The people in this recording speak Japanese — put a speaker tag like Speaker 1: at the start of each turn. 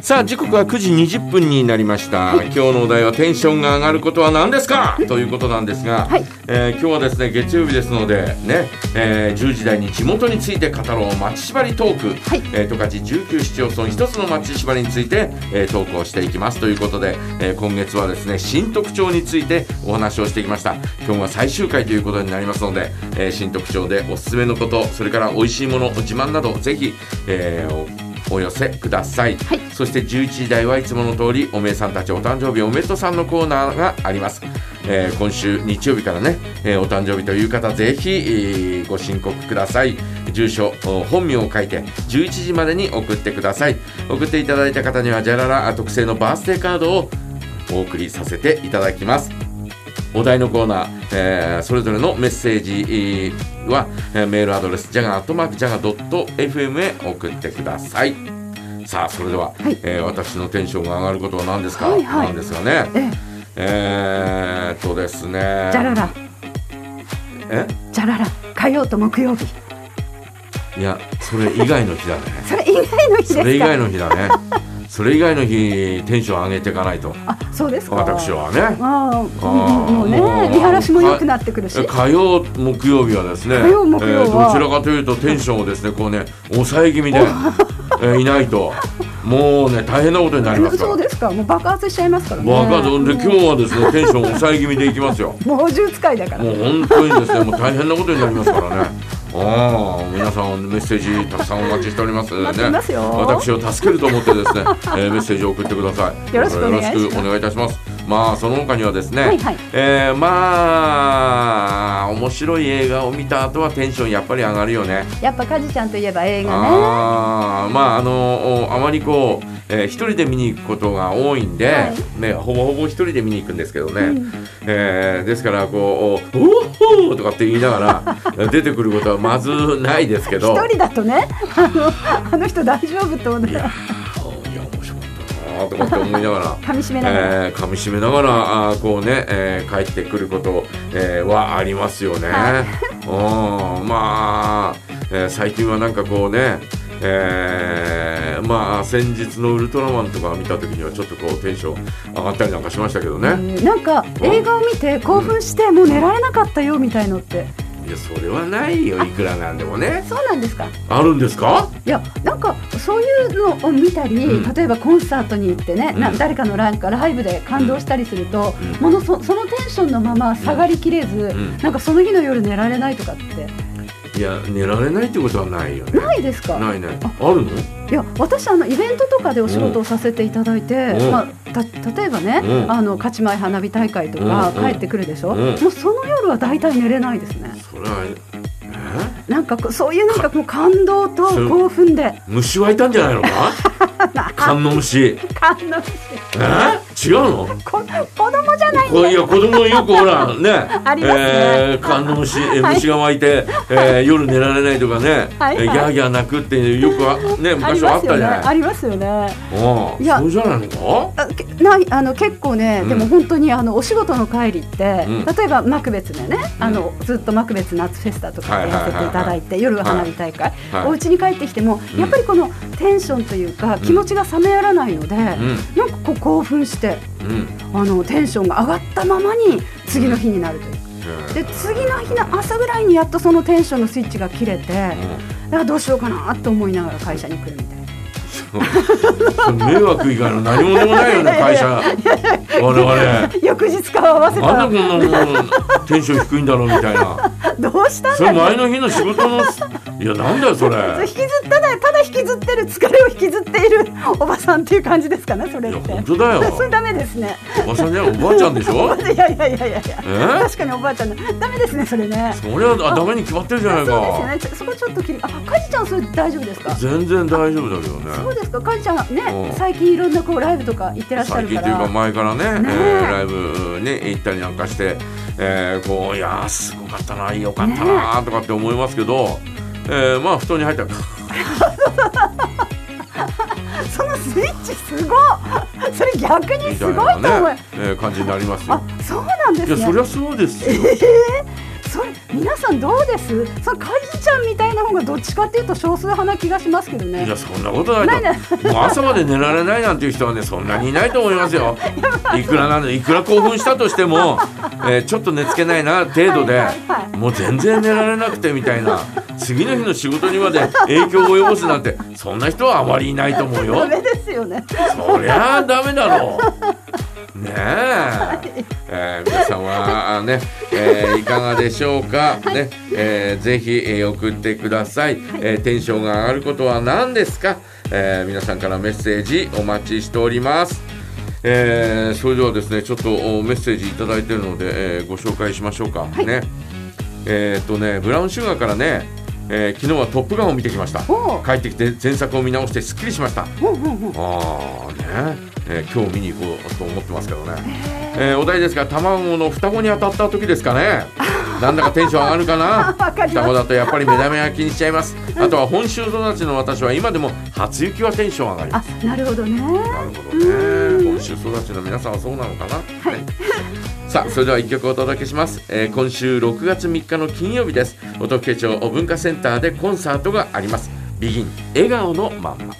Speaker 1: さあ時刻は9時20分になりました今日のお題はテンションが上がることは何ですかということなんですが、
Speaker 2: はい
Speaker 1: えー今日はですね月曜日ですのでね、えー10時台に地元について語ろう町縛りトーク、
Speaker 2: はい
Speaker 1: えー十勝19市町村一つの町縛りについて、えー投稿していきますということで、えー今月はですね新特徴についてお話をしてきました今日は最終回ということになりますので、えー新特徴でおすすめのことそれから美味しいもの自慢などぜひ、えーおお寄せください、
Speaker 2: はい
Speaker 1: そして11時台はいつもの通りおめえさんたちお誕生日おめでとうさんのコーナーがあります、えー今週日曜日からね、えーお誕生日という方ぜひ、えーご申告ください住所お本名を書いて11時までに送ってください送っていただいた方にはジャララ特製のバースデーカードをお送りさせていただきますお題のコーナー、えーそれぞれのメッセージえーは、えーメールアドレス jaga.jaga.fm へ送ってくださいさあそれでは、
Speaker 2: はい
Speaker 1: えー私のテンションが上がることは何ですか、
Speaker 2: はいはい
Speaker 1: なんですがね
Speaker 2: え
Speaker 1: え
Speaker 2: え
Speaker 1: ー、っとですね
Speaker 2: じゃらら
Speaker 1: え
Speaker 2: じゃらら火曜と木曜日
Speaker 1: いやそれ以外の日だ ね
Speaker 2: それ以外の日ですか
Speaker 1: それ以外の日だねそれ以外の日テンション上げていかないと
Speaker 2: あそうですか
Speaker 1: 私はね
Speaker 2: あー
Speaker 1: あー
Speaker 2: もうね
Speaker 1: もう
Speaker 2: リハラシも良くなってくるし
Speaker 1: え火曜木曜日はですね
Speaker 2: 火曜木曜は
Speaker 1: どちらかというとテンションをですねこうね抑え気 味で、えーいないともうね大変なことになりますか
Speaker 2: そう
Speaker 1: ら
Speaker 2: ですかもう爆発しちゃいますからね
Speaker 1: わかるんで今
Speaker 2: も
Speaker 1: 日はですねテンション抑え気味でいきますよ
Speaker 2: う猛獣使いだから
Speaker 1: もう本当にですね、もう大変なことになりますから ね。ああ、皆さんメッセージたくさんお待ちしております。
Speaker 2: 待ってますよ
Speaker 1: 私を助けると思ってです ね、えーメッセージを送ってください。
Speaker 2: よろしくお願いします
Speaker 1: よろくお願いいたします。まあその他にはですね、
Speaker 2: はいはい
Speaker 1: えーまあ面白い映画を見た後はテンションやっぱり上がるよね。
Speaker 2: やっぱカジちゃんといえば映画ね
Speaker 1: ああまああのおあまりこう、えー一人で見に行くことが多いんで、
Speaker 2: は
Speaker 1: ね、ほぼほぼ一人で見に行くんですけどね、
Speaker 2: うん
Speaker 1: えーですからこう「おおっほー!」とかって言いながら 出てくることはまずないですけど。
Speaker 2: 一人だとねあのあの人大丈夫って思う
Speaker 1: いやーいや面白かったなーとかって思いながら。
Speaker 2: 噛み締めながら、
Speaker 1: えー、噛み締めながらあーこうね、えー帰ってくること、えーはありますよね。 うんまあ、えー最近はなんかこうね、えーまあ先日の「ウルトラマン」とか見た時にはちょっとこうテンション上がったりなんかしましたけどね。
Speaker 2: うんなんか映画を見て興奮してもう寝られなかったよみたいのって
Speaker 1: いやそれはないよいくらなんでもね。
Speaker 2: そうなんですか
Speaker 1: あるんですか
Speaker 2: いやなんかそういうのを見たり、
Speaker 1: うん
Speaker 2: 例えばコンサートに行ってね、な
Speaker 1: うん
Speaker 2: 誰かのランかライブで感動したりすると、
Speaker 1: うん
Speaker 2: ものそそのテンションのまま下がりきれず、
Speaker 1: ん
Speaker 2: なんかその日の夜寝られないとかって
Speaker 1: いや寝られないってことはないよね。
Speaker 2: ないですか
Speaker 1: ないね。あるの
Speaker 2: いや私あのイベントとかでお仕事をさせていただいて、
Speaker 1: うん
Speaker 2: まあ、た例えばね、
Speaker 1: うん
Speaker 2: あの勝ち前花火大会とか
Speaker 1: うん
Speaker 2: 帰ってくるでしょ、
Speaker 1: うん
Speaker 2: もうその夜は大体寝れないですね
Speaker 1: それはえ
Speaker 2: なんかこうそういうなんかもう感動と
Speaker 1: そう
Speaker 2: 興奮で
Speaker 1: 虫はいたんじゃないのか観音虫。
Speaker 2: 感動して
Speaker 1: えー違うの
Speaker 2: こ子供じゃないん
Speaker 1: こ
Speaker 2: だ
Speaker 1: いや子供よくほらね
Speaker 2: ありますね
Speaker 1: えー、観音虫えー虫が湧いて、えー夜寝られないとかね
Speaker 2: はいはい
Speaker 1: えーギャーギャー泣くっていうよくあね
Speaker 2: あり
Speaker 1: 昔はあっ
Speaker 2: ますよ
Speaker 1: たじ
Speaker 2: ね。
Speaker 1: ゃない
Speaker 2: ありますよね。
Speaker 1: うん
Speaker 2: いや
Speaker 1: そうじゃないのか
Speaker 2: あけないあの結構ね、
Speaker 1: うん
Speaker 2: でも本当にあのお仕事の帰りって、
Speaker 1: うん
Speaker 2: 例えばマクベツでね、
Speaker 1: ん
Speaker 2: あのずっとマクベツ夏フェスタとかでやらせていただいて、夜は花火大会、
Speaker 1: はい
Speaker 2: お家に帰ってきても、
Speaker 1: うん
Speaker 2: やっぱりこのテンションというか、
Speaker 1: ん
Speaker 2: 気持ちが冷めやらないので、
Speaker 1: うん
Speaker 2: なんかこう興奮して
Speaker 1: うん
Speaker 2: あのテンションが上がったままに次の日になるという。
Speaker 1: え
Speaker 2: で次の日の朝ぐらいにやっとそのテンションのスイッチが切れて、あどうしようかなと思いながら会社に来るみたいな。
Speaker 1: ー迷惑以外の何もでもない よね会社我々
Speaker 2: 翌日顔合わせた
Speaker 1: な
Speaker 2: ら
Speaker 1: んでこんなもうテンション低いんだろうみたいな
Speaker 2: どうしたん
Speaker 1: そ
Speaker 2: だ
Speaker 1: れ
Speaker 2: ろう
Speaker 1: 前の日の仕事のいやなんだよそれ
Speaker 2: 引きずっただただ引きずってる疲れを引きずっているおばさんっていう感じですかねそれ
Speaker 1: い
Speaker 2: っ
Speaker 1: や
Speaker 2: て
Speaker 1: 本当だよ
Speaker 2: それダメですね
Speaker 1: おばさんじゃないおばあちゃんでしょ
Speaker 2: いやいやいやいやいや
Speaker 1: え
Speaker 2: 確かにおばあちゃんだダメですねそれね
Speaker 1: そりゃあダメに決まってるじゃない
Speaker 2: そうです
Speaker 1: か
Speaker 2: ねちょそこちょっと切りあかじちゃんそれ大丈夫ですか
Speaker 1: 全然大丈夫だけど
Speaker 2: そう
Speaker 1: ね
Speaker 2: ですかかじちゃん
Speaker 1: う
Speaker 2: ね
Speaker 1: ん
Speaker 2: 最近いろんなこうライブとか行ってらっしゃ
Speaker 1: 最
Speaker 2: る
Speaker 1: 近
Speaker 2: か
Speaker 1: というから前からね
Speaker 2: ね
Speaker 1: え
Speaker 2: え
Speaker 1: ーライブね行ったりなんかして、えーこういやーすごかったなよかったなとかって思いますけど、えーまあ布団に入ったら
Speaker 2: そのスイッチすごいそれ逆に
Speaker 1: み
Speaker 2: す
Speaker 1: たい
Speaker 2: ごいと思う
Speaker 1: なね、えー感じになりますよ
Speaker 2: あそうなんで
Speaker 1: いや
Speaker 2: す
Speaker 1: そ
Speaker 2: ね
Speaker 1: りゃそうですよ
Speaker 2: それ皆さんどうですそのかいちゃんみたいな方がどっちかっていうと少数派な気がしますけどね
Speaker 1: いやそんなことない
Speaker 2: ない
Speaker 1: ともう朝まで寝られないなんていう人はねそんなにいないと思いますよ いくらなんでいくら興奮したとしても、えーちょっと寝つけないな程度で
Speaker 2: はいはいはい
Speaker 1: もう全然寝られなくてみたいな次の日の仕事にまで影響を及ぼすなんてそんな人はあまりいないと 思うよ
Speaker 2: ダメです よね
Speaker 1: そりゃあダメだろう。ねえ、えー皆さんはあね、えーいかがでしょうか、ね、えーぜひ、えー送ってください、えーテンションが上がることは何ですか、えー皆さんからメッセージお待ちしておりますえーそれではですねちょっとおメッセージいただいてるので、えーご紹介しましょうか、ねえーっとねブラウンシュガーからね、えー昨日は「トップガン」を見てきました
Speaker 2: おう
Speaker 1: 帰ってきて前作を見直してすっきりしました
Speaker 2: ほうほうほう
Speaker 1: ああね、えー、今日見に行こうと思ってますけどね、えーお題ですが卵の双子に当たった時ですか ねなんだかテンション上がるかな
Speaker 2: わかります
Speaker 1: 双子だとやっぱり目玉焼きにしちゃいますあとは本州育ちの私は今でも初雪はテンション上がります
Speaker 2: あなるほどね
Speaker 1: なるほどね本州育ちの皆さんはそうなのかな、はいさあそれでは一曲お届けします、えー今週6月3日の金曜日です音更町文化センターでコンサートがありますビギン笑顔のまんま